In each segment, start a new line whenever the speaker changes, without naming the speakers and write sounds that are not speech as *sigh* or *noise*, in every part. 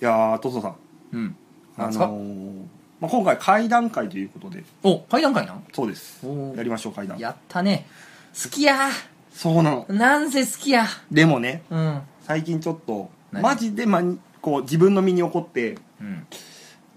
いやートトさん
うん
あ
な
の
んすか
ーまあ、今回会談会ということで
お階段階なん
そうです
おー
やりましょう会談
やったね好きや
そうなの
なんせ好きや
でもね
うん
最近ちょっと
何
マジでまにこう自分の身に起こって
うん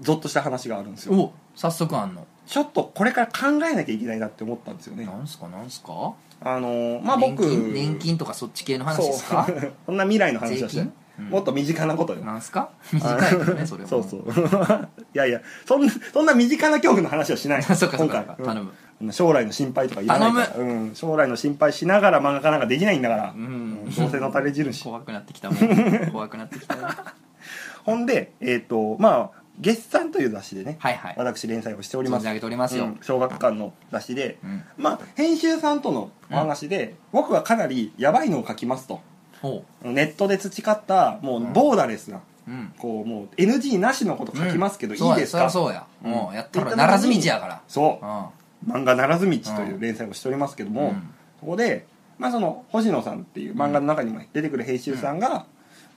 ゾッとした話があるんですよ
お早速あんの
ちょっとこれから考えなきゃいけないなって思ったんですよね
なんすかなんすか
あのーまあ僕
年金年金とかそっち系の話ですか
そう *laughs* そんな未来の話はしてない
税金うん
もっと身近なことよ
なんすか短いけどねそれは
そうそう *laughs* いやいやそんなそんな身近な恐怖の話はしない
*laughs* そうかそうか
今回
頼む
うん将来の心配とかいらないから、うん、将来の心配しながら漫画家なんかできないんだから、
うん
どうせの垂れ
*laughs*
印
怖くなってきたもん怖くなってきたね
ほんでえっ、とまあ月産という雑誌でね、
はいはい
私連載をしておりま
存
す
じ上げておりますよ、
うん小学館の雑誌で、
うん
まあ編集さんとのお話で、僕はかなりやばいのを書きますと
ほ
ネットで培ったもうボーダーレスな、
ううん
こうもう NG なしのこと書きますけど、
そう
いい
や
ですか
そりゃそうや、もうやった
っ
ら
て言った
なら
時
ず
に
道やから
そう
うん
漫画ならず道という連載をしておりますけども、
うん
そこで、まあ、その星野さんっていう漫画の中にも出てくる編集さんが、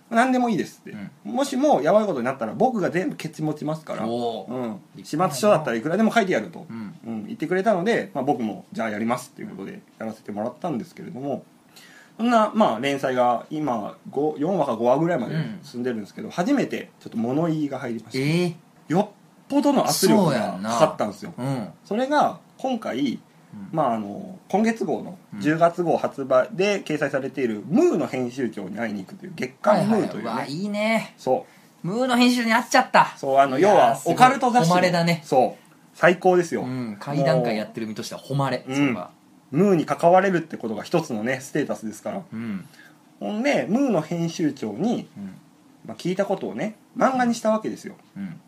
何でもいいですって、
うん
もしもやばいことになったら僕が全部ケチ持ちますから、う
おお、
ん、始末書だったらいくらでも書いてやると
う、ん
うん言ってくれたので、まあ、僕もじゃあやりますっていうことでやらせてもらったんですけれどもそんな、まあ、連載が今5 4話か5話ぐらいまで
うん
進んでるんですけど、初めてちょっと物言いが入りました
ええ
よっぽどの圧力
そうや
が
んな
かかったんですよ
うん
それが今回、
うん
まあ、あの今月号の
うん
10月号発売で掲載されている「ムー」の編集長に会いに行くという月刊「ムー」というね、
はいはい、うわいいね
そう
ムーの編集に会っちゃった
そうあの
いや
要
ー
は
すごい
オカルト雑誌の
誉れだね
そう最高ですよ、
うん階段階やってる身としては誉れ
うん
それは
ムーに関われるってことが一つのねステータスですから
うん
ほんでムーの編集長に、
うん
まあ、聞いたことをね漫画にしたわけですよ
うん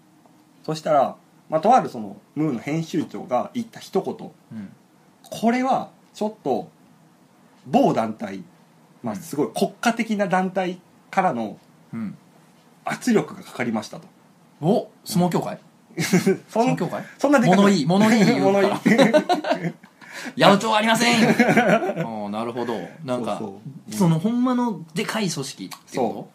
そしたら、まあ、とあるそのムーの編集長が言った一言
うん
これはちょっと某団体、まあ、
うん
すごい国家的な団体からの
うん
圧力がかかりましたと
お相撲協会
そ
相
ん
撲協会
そんなでかく
物言い
*laughs*
物言い言うか
物
ら
言い
八百長ありませ
*laughs*
んああなるほどなんか
そう
そ
そう
のほんまのでかい組織っていうこ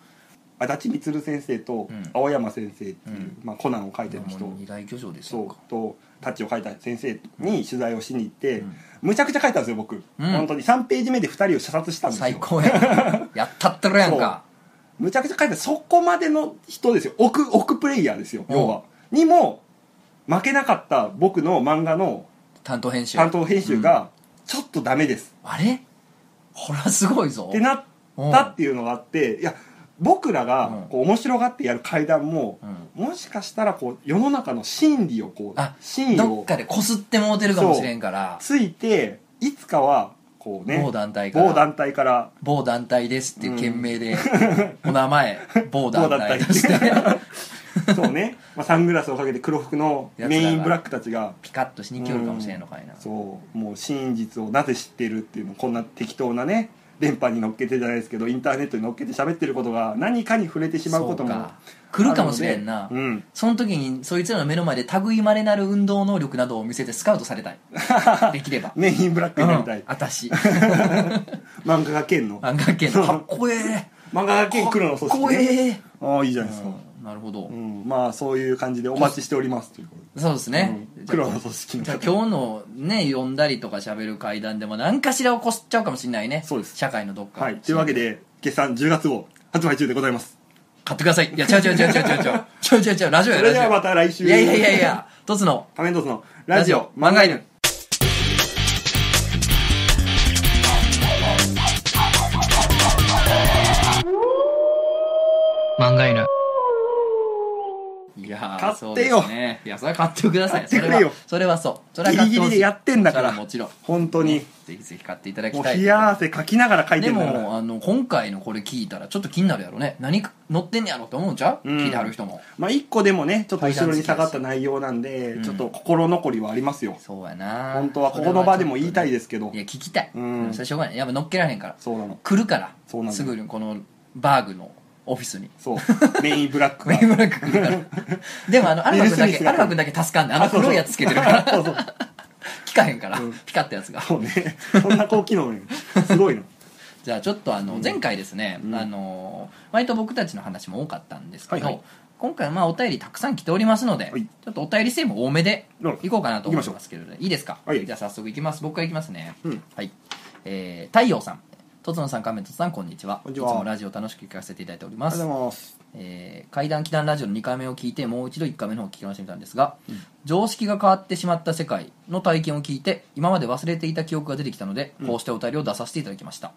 足立光先生と
うん
青山先生っていう、
うん
まあ、コナンを書いて
と
る
もう
人
二大巨匠です
そ
よ
うとタッチを書いた先生に取材をしに行って、
うん
むちゃくちゃ書いたんですよ僕、
うん
本当に3ページ目で2人を射殺したんですよ
最高
*laughs*
ややったってるやんか
むちゃくちゃ書いてそこまでの人ですよ奥奥プレイヤーですよ
うん
要はにも負けなかった僕の漫画の
担当編集
担当編集がちょっとダメです
あれこれはすごいぞ
ってなったっていうのがあっていや僕らが
うん
こう面白がってやる会談も
うん
もしかしたらこう世の中の真理をこう
あ
真意
ど
を
っかでこすってもうてるかもしれんから
ついていつかはこうね
某団体から
某団体から
某団体ですっていう件名で、お名前某団体とし
某団
て
そうね、まあ、サングラスをかけて黒服の
やつらが
メインブラックたちが
*laughs* ピカッとしに来よるかもしれんのかいな、
そうもう真実をなぜ知ってるっていうのこんな適当なね電波に乗っけてじゃないですけどインターネットに乗っけて喋ってることが何かに触れてしまうことも
そうか来るかもしれん
あ
な
るのでうん
その時にそいつらの目の前で類いまれなる運動能力などを見せてスカウトさ
*laughs*
れたいできれば
メインブラックになりたい、
うん、私
漫画家兼の
漫画系のかっこええ
漫画家兼黒の組
かっ
織
こ
ね
ええ
ああいいじゃないですか、
うんなるほど、
うんまあそういう感じでお待ちしておりますということで
そうですね、
うん
じゃあ
黒の組織の
じゃあ今日のね読んだりとか喋る会談でも何かしら起こしちゃうかもしれないね
そうです
社会のどっか
はいというわけで決算10月号発売中でございます
買ってくださいいや違う違う違う違う違う違う違う違う違うラジオや
そ
ラ
れ
ジ
で
オ
はまた来週
いやいやいやいや一つの
仮面凸のラジオ漫画犬
漫画犬いやー
買ってよ
そうですねいやそれは買ってください
買ってくれよ
それはそれはそうそれは買ってほしい
ギリギリでやってんだから
それはもちろん
本当に
ぜひぜひ買っていただき
もう
たい
冷や汗かきながら書いて
で
るんだから
もあの今回のこれ聞いたらちょっと気になるやろね何か載ってんねやろって思うんちゃう、
うん
聞いてはる人も
まあ、1個でもねちょっと後ろに下がった内容なんで、
うん
ちょっと心残りはありますよ、
そうやな
本当はここの場でも言いたい
で
ですけど
いや聞きたい、
うん
それしょうがないやっぱ乗っけられへんから
そうなの
来るから
そうなんだ
すぐにこのバーグのオフィスに
そうメインブラック
メ
が
イブラック来るから *laughs* でもあのアルファ君だ
ウィルスミス
け
が
アルファ君だけ助かんであの黒いやつつけて
*laughs*
るから
そうそう
聞かへんから、
うん
ピカってやつが
そうねそんな高機能ねすごいの
じゃあちょっとあの前回ですね、
うん
あの割と僕たちの話も多かったんですけど、
はいはい
今回まあお便りたくさん来ておりますので、
はい
ちょっとお便り性も多めで
うん
いこうかなと思
行きま
い
しょう
ますけれど、ね、いいですか、
はい
じゃあ早速いきます僕からいきますね、
うん
はいえー、太陽さんとつのさん亀とつさんこんにちは
こんにちはい
つもラジオ楽しく聞かせていただいており
あ
ま
りが
す
とうございます
えー、怪談祈談ラジオの2回目を聞いてもう一度1回目の方を聞き直してみたんですが、常識が変わってしまった世界の体験を聞いて今まで忘れていた記憶が出てきたので、こうしてお便りを出させていただきました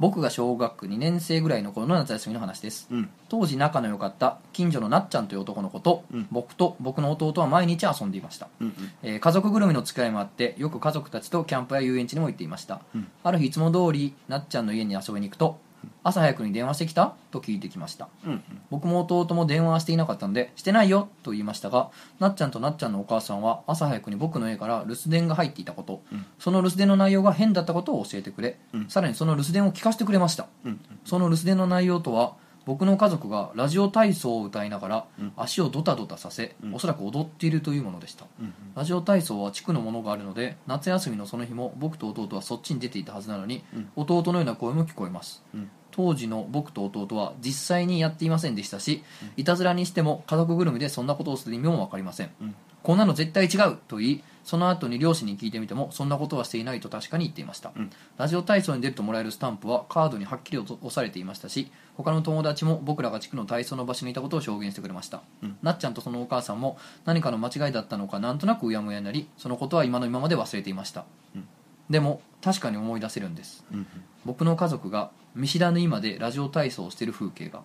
僕が小学2年生ぐらいの頃の夏休みの話です、
うん
当時仲の良かった近所のなっちゃんという男の子と、
うん
僕と僕の弟は毎日遊んでいました、
うん
えー家族ぐるみの付き合いもあってよく家族たちとキャンプや遊園地にも行っていました、
うん
ある日いつも通りなっちゃんの家に遊びに行くと朝早くに電話してきたと聞いてきました
うんうん
僕も弟も電話はしていなかったので「してないよ」と言いましたがなっちゃんとなっちゃんのお母さんは朝早くに僕の家から留守電が入っていたこと、
ん
その留守電の内容が変だったことを教えてくれ、
うん
さらにその留守電を聞かせてくれました、
うん
その留守電の内容とは僕の家族がラジオ体操を歌いながら
うん
足をドタドタさせ、
うん
おそらく踊っているというものでした、
うん
ラジオ体操は地区のものがあるので夏休みのその日も僕と弟はそっちに出ていたはずなのに、
うん
弟のような声も聞こえます
うん
当時の僕と弟は実際にやっていませんでしたし、いたずらにしても家族ぐるみでそんなことをする意味も分かりません、
うん
こんなの絶対違うと言いその後に両親に聞いてみてもそんなことはしていないと確かに言っていました、
うん
ラジオ体操に出るともらえるスタンプはカードにはっきり押されていましたし他の友達も僕らが地区の体操の場所にいたことを証言してくれました、
うん
なっちゃんとそのお母さんも何かの間違いだったのかなんとなくうやむやになりそのことは今の今まで忘れていました、
うん
でも確かに思い出せるんです
うん
僕の家族が見知らぬ今でラジオ体操をしている風景が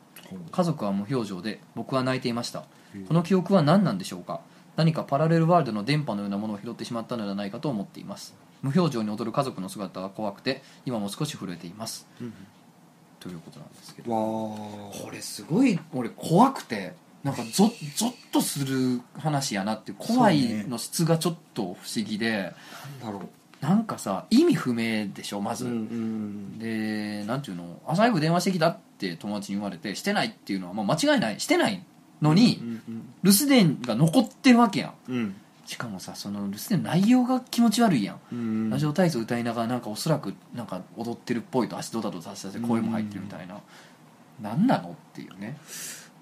家族は無表情で僕は泣いていました
うん
この記憶は何なんでしょうか何かパラレルワールドの電波のようなものを拾ってしまったのではないかと思っています無表情に踊る家族の姿は怖くて今も少し震えています
うん
ということなんですけど
うんわー
これすごい俺怖くてなんかゾッゾッとする話やなって怖
そうね
いの質がちょっと不思議で
なんだろう
なんかさ意味不明でしょまず、
うんうん
でなんていうの朝早く電話してきたって友達に言われてしてないっていうのは、まあ、間違いないしてないのに
うんうん
留守電が残ってるわけやん
うん
しかもさその留守電の内容が気持ち悪いやん、
うん
ラジオ体操歌いながらなんかおそらくなんか踊ってるっぽいと足ドタドタさせて声も入ってるみたいな、なんなのっていうね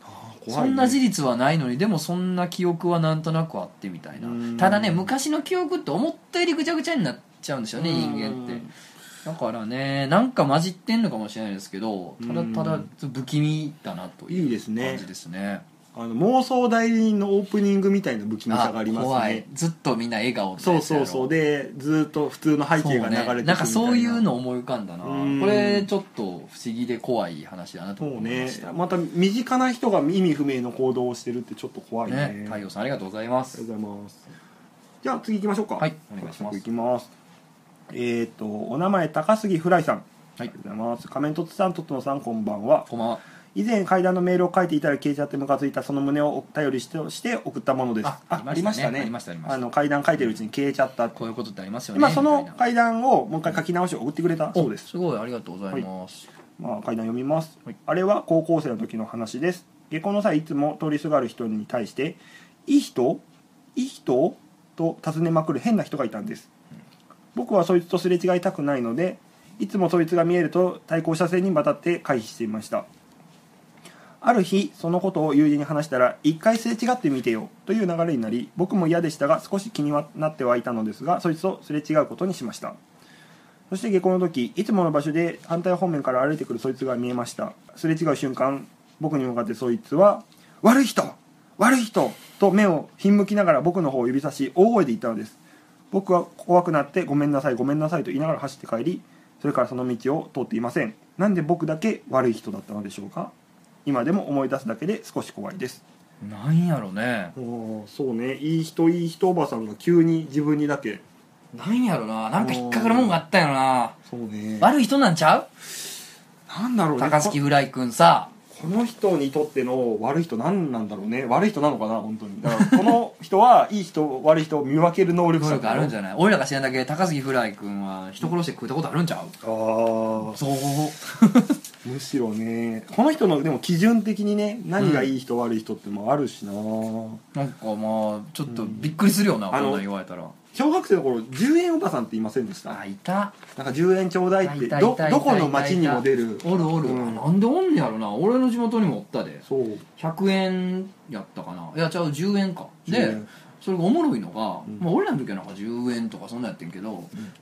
あー
そ
怖いね
んな事実はないのにでもそんな記憶はなんとなくあってみたいな
うん
ただね昔の記憶って思ったよりぐちゃぐちゃになっちゃうんですよね
うん
人間ってだからねなんか混じってんのかもしれないですけどただただ不気味だなと
いい
いう
ですね
感じですね
あの妄想代理人のオープニングみたいな不気味さがありますね
怖いずっとみんな笑顔って
そ
や
うそ
つやろ
うそうでずーっと普通の背景が流れてくるみたいな,、
そうね、なんかそういうの思い浮かんだな
うん
これちょっと不思議で怖い話だなと
そう
思いま
ね
した
また身近な人が意味不明の行動をしてるってちょっと怖いね
ね太陽さんありがとうございま
あり
す
がとうございますじゃあ次行きましょうか
はいお願いします
早速行きますえっ、とお名前高杉フライさん
は
あり
い
がとうございます仮面とつさんとつのさんこんばんは
こんばんは
以前階段のメールを書いていたら消えちゃってムカついたその胸をお便りしてして送ったものです
あありましたねありましたありました
あの階段書いてるうちに消えちゃった
こういうことってありますよね
今その
みたいな
階段をもう一回書き直して送ってくれたそうです
すごいありがとうございます、
まあ、階段読みます、
はい
あれは高校生の時の話です下校の際いつも通りすがる人に対して「いい人いい人?」と尋ねまくる変な人がいたんです僕はそいつとすれ違いたくないのでいつもそいつが見えると対向車線に渡って回避していましたある日そのことを友人に話したら「一回すれ違ってみてよ」という流れになり僕も嫌でしたが少し気にはなってはいたのですがそいつとすれ違うことにしましたそして下校の時いつもの場所で反対方面から歩いてくるそいつが見えましたすれ違う瞬間僕に向かってそいつは「悪い人悪い人!」と目をひんむきながら僕の方を指さし大声で言ったのです僕は怖くなって「ごめんなさいごめんなさい」と言いながら走って帰りそれからその道を通っていませんなんで僕だけ悪い人だったのでしょうか今でも思い出すだけで少し怖いです
なんやろね
そうねいい人いい人おばさんが急に自分にだけ
なんやろななんか引っかかるもんがあったよな
そうね
悪い人なんちゃう
なんだろうね
高槻フライ君さ
この人にとっての悪い人何なんだろうね悪い人なのかな本当にだからこの人はいい人悪い人を見分ける能力
能
者
力あるんじ
ゃ
ゃない俺らが知らんだけで高槻フライ君は人殺して食ったことあるんちゃう
あー
そう
むしろねこの人のでも基準的にね何がいい人、悪い人ってもあるしな
なんかまあちょっとびっくりするよな、
ん
こん
あ
な
の
ん言われたら
小学生の頃10円おばさんっていませんでした
あいた
なんか10円ちょうだい
いた
っ
い
て
た
ど
いた
どこの町にも出る
おるおる、
うん
なんでおんねやろな俺の地元にもおったで
そう
100円やったかないや違う10円か
10
で
円
それがおもろいのが、
うん
まあ、俺らの時はなんか10円とかそんなんやってんけど、えー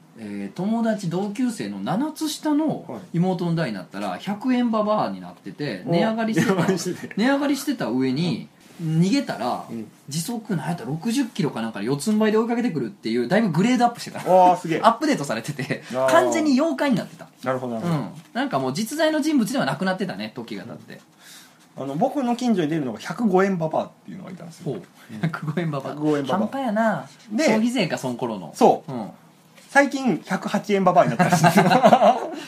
友達同級生の7つ下
はい
の妹の代になったら100円ババアになってて値上がりして
値上がり
た
してて
値上がりしてた上に逃げたら
うん
時速何やったら60キロかなんかで四つん這いで追いかけてくるっていうだいぶグレードアップしてた
ああすげえ
アップデートされてて
あー
完全に妖怪になってた
なるほどなる
う
ほど、
んなんかもう実在の人物ではなくなってたね時が経って
あの僕の近所に出るのが105円パパっていうのがいたんですよ
ほう105円ババア
105円ババア
半端やな
で
消費税かその頃の、
そう
ん、
最近108円ババアになったらしいんです
*laughs*
よ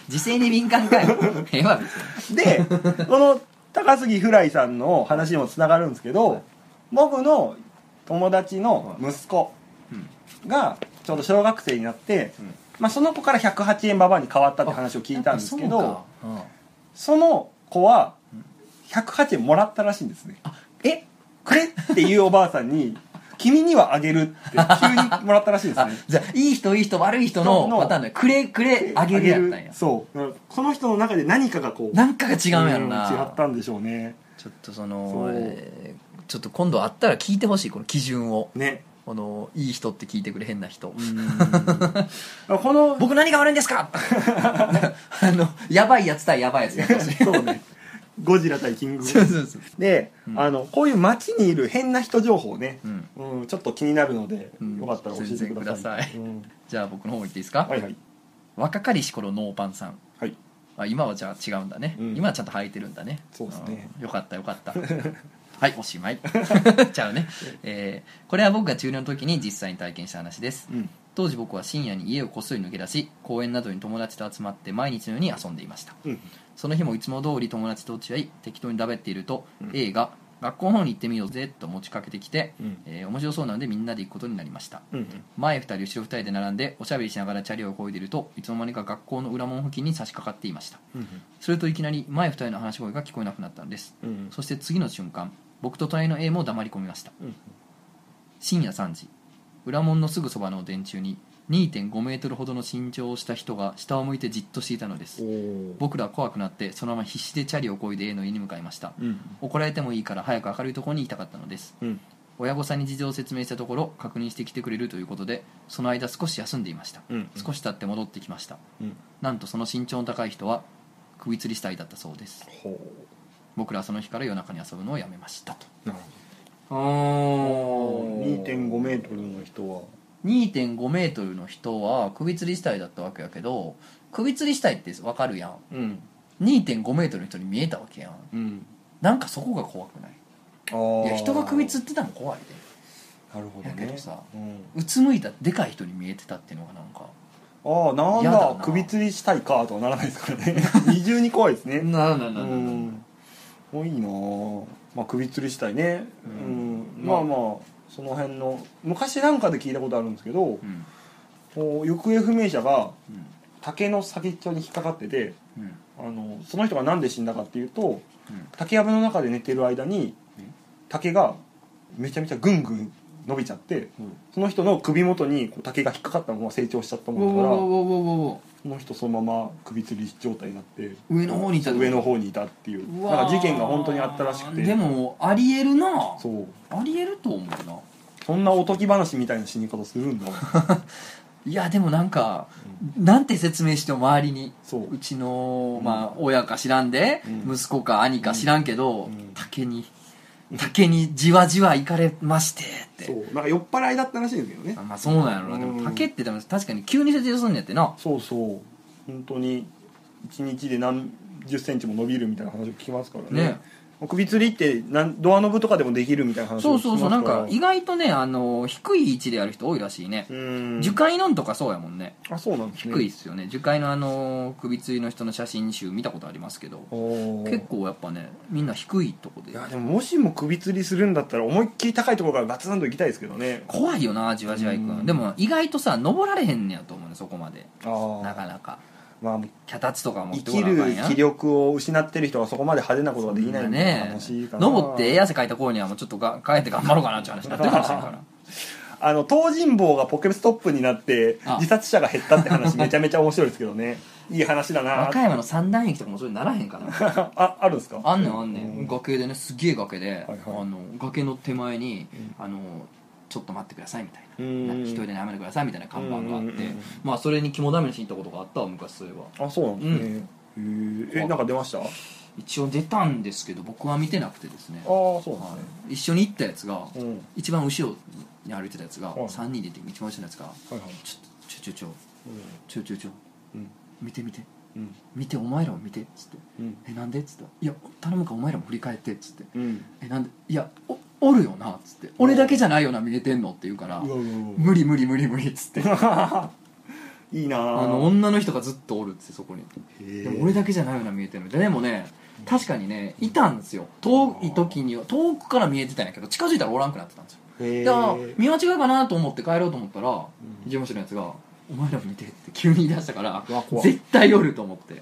時勢に敏感
*laughs*
かいええわ別に
でこの高杉フライさんの話にもつながるんですけど、僕の友達の息子がちょうど小学生になって、
うん
まあ、その子から108円ババアに変わったって話を聞いたんですけ
やっぱ
ど
そうか
その子は108円もらったらしいんですね
うんえ
くれっていうおばあさんに「君にはあげる」って急にもらったらしいです
あ
ね
じゃあいい人いい人悪い人
人
の
の
パターンだよくれくれ *laughs* あげるやったんや
そうこの人の中で何かがこう
なんかが違うんやろ
うん違
な
ったんでしょうね
ちょっとその
そう
えーちょっと今度あったら聞いてほしいこの基準を
ね
このいい人って聞いてくれ変な人
*laughs* この
僕何が悪いんですか *laughs* あのやばいやつ対やばいやつやって
*laughs*
ほしい
そうねゴジラ対キング
そうそうそう
で、
うん
あのこういう街にいる変な人情報ね、
うん
うんちょっと気になるので、
うん
よかったら教えてください
全然ください
うん
じゃあ僕の方言っていいですか、
はいはい
若かりし頃ノーパンさん
はい
あ今はじゃあ違うんだね、
うん
今はちゃんと履いてるんだね
そうですね
うんよかったよ
*laughs*
かったはいおしまいちゃうね、えーこれは僕が中年の時に実際に体験した話です、
うん
当時僕は深夜に家をこっそり抜け出し公園などに友達と集まって毎日のように遊んでいました
うん
その日もいつも通り友達と落ち合い適当にだべっていると、A が「学校の方に行ってみようぜ」と持ちかけてきて、
うん
えー面白そうなのでみんなで行くことになりました
うん
前2人後ろ2人で並んでおしゃべりしながらチャリをこいでいるといつの間にか学校の裏門付近に差し掛かっていました
うん
するといきなり前2人の話し声が聞こえなくなったのです
うん
そして次の瞬間僕と隣の A も黙り込みました
うん
深夜3時裏門のすぐそばの電柱に2.5メートルほどの身長をした人が下を向いてじっとしていたのです
お
僕らは怖くなってそのまま必死でチャリをこいで A の家に向かいました
うん
怒られてもいいから早く明るいところにいたかったのです
うん
親御さんに事情を説明したところ確認してきてくれるということでその間少し休んでいました、
うん
少し経って戻ってきました
うん
なんとその身長の高い人は首吊り死体だったそうです
ほ
僕らはその日から夜中に遊ぶのをやめましたと
うなるほど
お
2.5メートルの人は
2.5メートルの人は首吊り死体だったわけやけど首吊り死体って分かるやん
うん
2.5メートルの人に見えたわけやん
うん
なんかそこが怖くない
ああ
いや人が首吊ってたの怖いで
なるほど
やけ
ね
どさ
うん
うつむいたでかい人に見えてたっていうのがなんか
ああなん
やだ
だ
な
首吊りしたいかとはならないですから
*laughs*
ね二重に怖いですね
なななな
うん、もういいなあまあ首吊りしたいね、う
うんん
まあまあその辺の昔なんかで聞いたことあるんですけど、
うん
こう行方不明者が
うん
竹の先っちょに引っかかってて
うん
あのその人がなんで死んだかっていうと
うん
竹やぶの中で寝てる間に
うん
竹がめちゃめちゃぐんぐん伸びちゃって
うん
その人の首元にこう竹が引っかかったまま成長しちゃったもんだ
う
から
わうわうわうわうわ
その人そのまま首吊り状態になって
上の方にいた
上の方にいたっていうな
う
ん
わ
か事件が本当にあったらしくて
でもありえるな
そう
ありえると思うな
そんなおとぎ話みたいな死に方する
*laughs*
んだ
いやでもなんか、なんて説明しても周りに
そう
うちの、まあ、親か知らんで、
うん
息子か兄か知らんけど、
うん
竹に竹にじわじわ行かれましてって
そうなんか酔っ払いだったらしいんですけどね
あまあそうなんやろなで
うん
も竹ってでも確かに急に成長すんねやってな
そうそう本当に1日で何十センチも伸びるみたいな話を聞きますからね
ね
首吊りってなんドアノブとかでもできるみたいな話
そ
を聞
う
きますか
そ
ら
うそうなんか意外とねあの低い位置でやる人多いらしいね
う、ん
樹海のんとかそうやもんね
あそうなんですね
低いっすよね樹海のあの首吊りの人の写真集見たことありますけど
おー
結構やっぱねみんな低いとこで
いやでももしも首吊りするんだったら思いっきり高いところからバツンと行きたいですけどね
怖いよなじわじわいく
う
の
ん
でも意外とさ登られへんねやと思うねそこまで
あ
な
あ
かなか
まあ
脚立とか持っ
生
てこ
き
なあか
る
んやん
気力を失ってる人はそこまで派手なことはできないみたいな
ね
話かな
登ってええ汗かいた頃にはもうちょっとが帰って頑張ろうかなっていう話になってるかもしれんから
*laughs* あの東尋坊がポケベストップになって
あ
自殺者が減ったって話めちゃめちゃ面白いですけどねいい話だ
和
な
歌山の三段駅とかもそれならへん
*laughs*
かな
ああるんですか
あんねんあんねん崖でねすげえ崖で、
はいはい
あの崖の手前に、あのちょっと待ってくださいみたい
うん
なな一人で悩めてくださいみたいな看板があっ
うん
て
うんうん
まあそれに肝試しに行ったことがあったわ昔そういえば
あそうなんですね、へええなんか出ましたああ
一応出たんですけど僕は見てなくてですね、
そうなん
は
で
い一緒に行ったやつが、
すね、うん
一番後ろに歩いてたやつが、
はい
3人でて一番後ろのやつが
はいはい
「ちょちょちょちょちょちょちょ
うん
見て見て
うん
見てお前らを見て」っつって
うん
「えなんで?」っつったら「いや頼むからお前らも振り返って」っつって
うん
「えなんでいやおおるよな」っつって「俺だけじゃないよな見れてんの」って言うから
うわうわ
「無理無理無理無理」っつってあ
うわいいなあ
の女の人がずっとおるっつってそこに
へえ
でも俺だけじゃないよな見えてるみたいなでもね確かにねいたんですよ遠い時には遠くから見えてたんやけど近づいたらおらんくなってたんですよ
へえ
だから見間違いかなと思って帰ろうと思ったら、事務所のやつが「お前ら見て」って急に言い出したから
うわ怖い
絶対夜と思って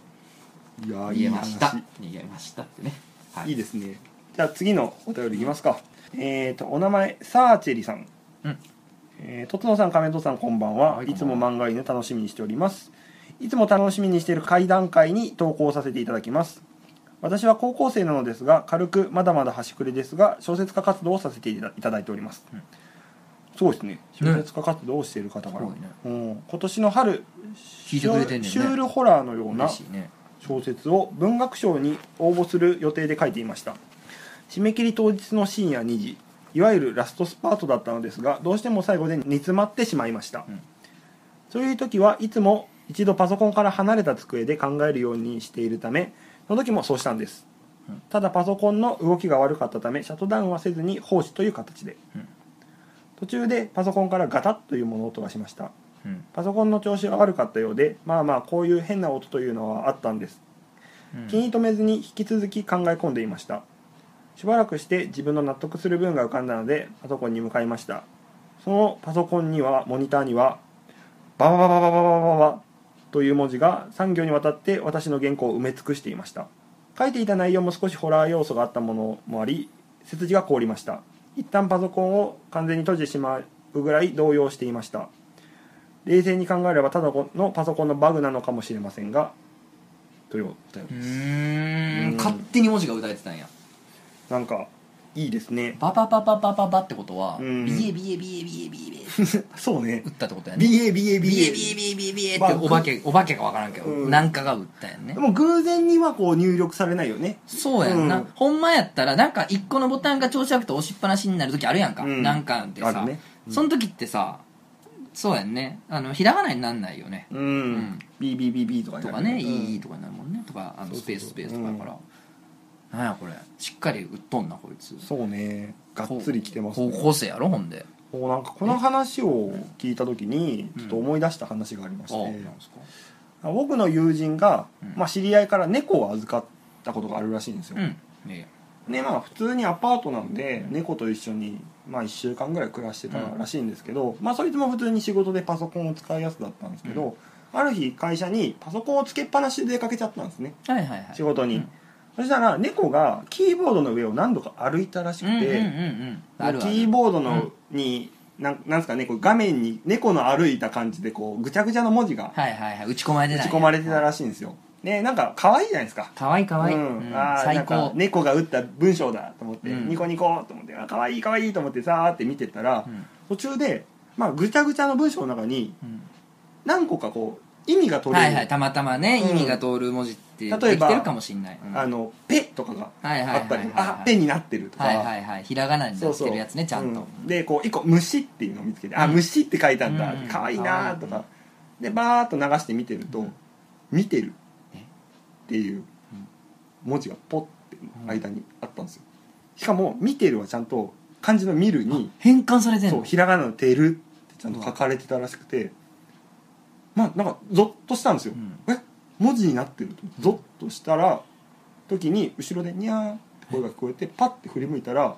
いや
逃
いい
げました
話
逃げましたってね、はい
いいですねじゃあ次のお便りいきますかえっ、とお名前サーチェリさん
うん
えー、とつのさん亀戸さんこんばんは、、
はいいこん
つ
ばんは
も漫画犬楽しみにしておりますいつも楽しみにしている会談会に投稿させていただきます私は高校生なのですが軽くまだまだ端くれですが小説家活動をさせていただいております、
うん
すごいですね小説家活動をしている方から、
すごいね
うん今年の春
聞いてくれてんねんね
シュールホラーのような
嬉しいね
小説を文学賞に応募する予定で書いていました締め切り当日の深夜2時いわゆるラストスパートだったのですがどうしても最後で煮詰まってしまいました、
うん
そういう時はいつも一度パソコンから離れた机で考えるようにしているためその時もそうしたんです、
うん
ただパソコンの動きが悪かったためシャットダウンはせずに放置という形で、
うん
途中でパソコンからガタッという物音がしました
うん
パソコンの調子が悪かったようでまあまあこういう変な音というのはあったんです
うん
気に留めずに引き続き考え込んでいましたしばらくして自分の納得する文が浮かんだのでパソコンに向かいましたそのパソコンにはモニターには「バババババババババ」という文字が3行にわたって私の原稿を埋め尽くしていました書いていた内容も少しホラー要素があったものもあり背筋が凍りました一旦パソコンを完全に閉じてしまうぐらい動揺していました冷静に考えればただのパソコンのバグなのかもしれませんがというお便
う
り
ー
うん
ん勝手に文字が歌えてたんや
なんかいいですね
バババババババってことは
うん
ビエビエビエビエビエビエって
そうね
打ったってことやねビエビエ
BABABA
ビエビエビエってお化けお化けかわからんけど、
うん
なんかが打ったんやんね
でも偶然にはこう入力されないよね
そうやんな、
うん
ほんまやったらなんか一個のボタンが調子悪くて押しっぱなしになる時あるやんか、
うん
なんかって
あ
さ、
るねうん
その時ってさそうやんねあのひらがなになんないよね
うん
ん
BBBB とか
とかね「
うん
いい」とかになるもんねとかあの
そうそうそう
スペーススペースとかだから、なんやこれしっかり打っとんなこいつ
そうねがっつりきてますね
高校生やろほんで
もうなんかこの話を聞いた時に
うん
ちょっと思い出した話がありま
あ
して、
そうなんですか
僕の友人が、
うん
まあ、知り合いから猫を預かったことがあるらしいんですよ、
うんね
でまあ普通にアパートなんで猫と一緒に、まあ、1週間ぐらい暮らしてたらしいんですけど、まあそいつも普通に仕事でパソコンを使いやすだったんですけど、ある日会社にパソコンをつけっぱなしで出かけちゃったんですね
はいはいはい
仕事に、
うん
そしたら猫がキーボードの上を何度か歩いたらし
う
く
んうんうん
て、
うんあるあ
キ
る
ーボードの、になんなんですかねこう画面に猫の歩いた感じでこうぐちゃぐちゃの文字が
はいはいはい打ち込まれて
打
た
ち込まれてたら
し
しいんですよ、ねなんか可愛いじゃないですか
かわいいかわいい、
うん
うん
あーな
最
んか
高
猫が打った文章だと思って、
うん
ニコニコと思ってあ可愛い可愛いと思ってさーって見てたら、
うん
途中で、まあ、ぐちゃぐちゃの文章の中に
うん
何個かこう意味が取れ
は
る、
いはいたまたまね、
うん
意味が通る文字って
例えば
できてるかもしんない、うん
あの「ペ」とかが
はいはい
あ
はい
ったり「
はい
あペ」になってるとか。
はいはいはいひらがなにな
そう
っ
そう
てるやつねちゃんと、
うんでこう一個「虫」っていうのを見つけて「あ
うん
虫」って書いたんだ
うん
可愛いなーと
可
かでバーっと流して見てると「見てる」
え
っていう文字がポッて間にあったんですよしかも「見てる」はちゃんと漢字の「見るに
変換され」てん
そう
の
ひらがなの「てる」ってちゃんと書かれてたらしくてまあなんかゾッとしたんですよ
うん
え文字になってるとゾッとしたら時に後ろで「にゃー」って声が聞こえてパッて振り向いたら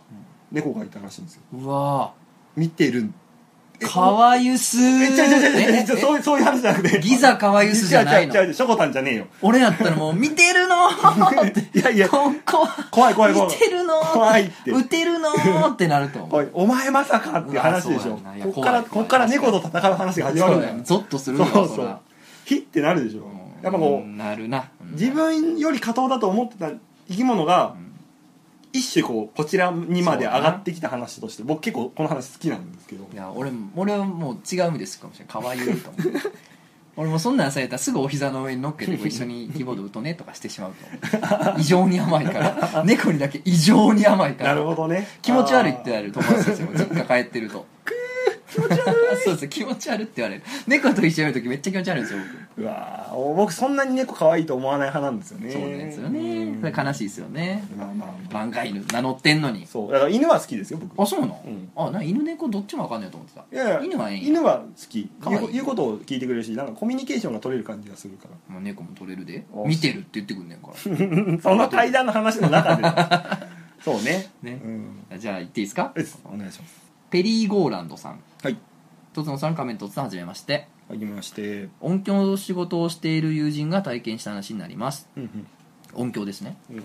猫がいたらしいんですよ
うわ
見てるん
かわゆす
えちゃうちゃうちゃうちゃう
えええ
そういうそういう話じゃなくて
ギザかわゆすじゃないの
違う違う違うしょこたんじゃねえよ
俺やったらもう見てるのーって
いやいや
ここ
怖い怖い怖い
見てるのー
怖いって
打てるのーってなると思う
おいお前まさかっていう話でし
う
ょ
わそうやないや
こっから
怖い
こっから猫と戦う話が始まる
そ
ん
う
だ
だ
よ
よゾッとする
そ
よ
うそう
そら
ひってなるでしょやっぱこ
う
うん
なるな
自分より下等だと思ってた生き物が一種こうこちらにまで上がってきた話として僕結構この話好きなんですけど
いや俺も俺はもう違う意味ですかもしれないかわゆいと思う *laughs* 俺もそんなんされたらすぐお膝の上に乗っけてこう一緒にキーボード打とうねとかしてしまうと思う異常に甘いから猫にだけ異常に甘いか
なる
ら
ほどね
気持ち悪いって言
あ
われる友達たちも実家帰ってるとそうそう気持ち悪いって言われる猫と一緒にいる時めっちゃ気持ち悪いんですよ
ーうわー僕そんなに猫可愛いと思わない派なんですよね
僕そうなんですよね
ん
それ悲しいですよね
まあまあま
番外犬名乗ってんのに
あそうだから犬は好きですよ僕
あそうなの、
うん
あなんか犬猫どっちもわかんないと思ってた
いやいや
犬はいい
犬は好き
可愛い
言う言うことを聞いてくれるしなんかコミュニケーションが取れる感じがするから
もう猫も取れるで
あ
見てるって言ってくんねんから
その対談の話の
*laughs*
中でそうね
ね
うん
じゃあ言っていいですか
ですお願いします
ペリー・ゴーランドさん
はい
とつのさん仮面とつさんはじめまして
あげまして
音響の仕事をしている友人が体験した話になります
うんうん
音響ですね、
うん
えー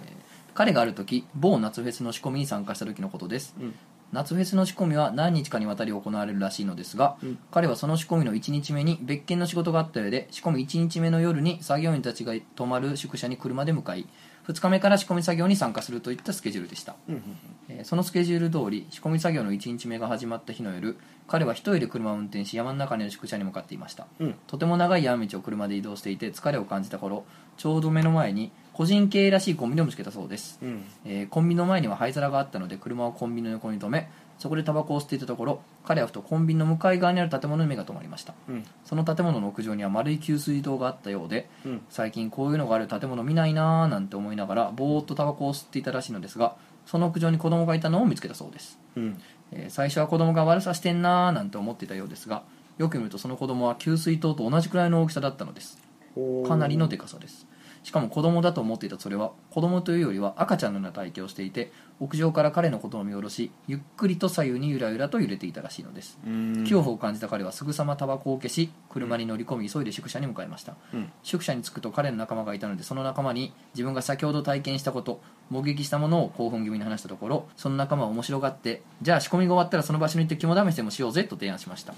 彼がある時某夏フェスの仕込みに参加した時のことです
うん
夏フェスの仕込みは何日かにわたり行われるらしいのですが、
うん
彼はその仕込みの1日目に別件の仕事があったようで仕込み1日目の夜に作業員たちが泊まる宿舎に車で向かい2日目から仕込み作業に参加するといったスケジュールでした
うんうん
えーそのスケジュール通り仕込み作業の1日目が始まった日の夜彼は一人で車を運転し山の中にある宿舎に向かっていました、
うん
とても長い山道を車で移動していて疲れを感じた頃ちょうど目の前に個人経営らしいコンビニを見つけたそうです、
うん
えーコンビニの前には灰皿があったので車をコンビニの横に止めそこでタバコを吸っていたところ彼はふとコンビニの向かい側にある建物に目が留まりました
うん
その建物の屋上には丸い給水塔があったようで
うん
最近こういうのがある建物見ないなーなんて思いながらぼーっとタバコを吸っていたらしいのですがその屋上に子供がいたのを見つけたそうです、
うん
えー最初は子供が悪さしてんなーなんて思っていたようですがよく見るとその子供は給水塔と同じくらいの大きさだったのです
おー
かなりのでかさですしかも子供だと思っていたそれは子供というよりは赤ちゃんのような体型をしていて屋上から彼のことを見下ろしゆっくりと左右にゆらゆらと揺れていたらしいのです
うん
恐怖を感じた彼はすぐさまタバコを消し車に乗り込み急いで宿舎に向かいました、
うん
宿舎に着くと彼の仲間がいたのでその仲間に自分が先ほど体験したこと目撃したものを興奮気味に話したところその仲間は面白がってじゃあ仕込みが終わったらその場所に行って肝試しでもしようぜと提案しました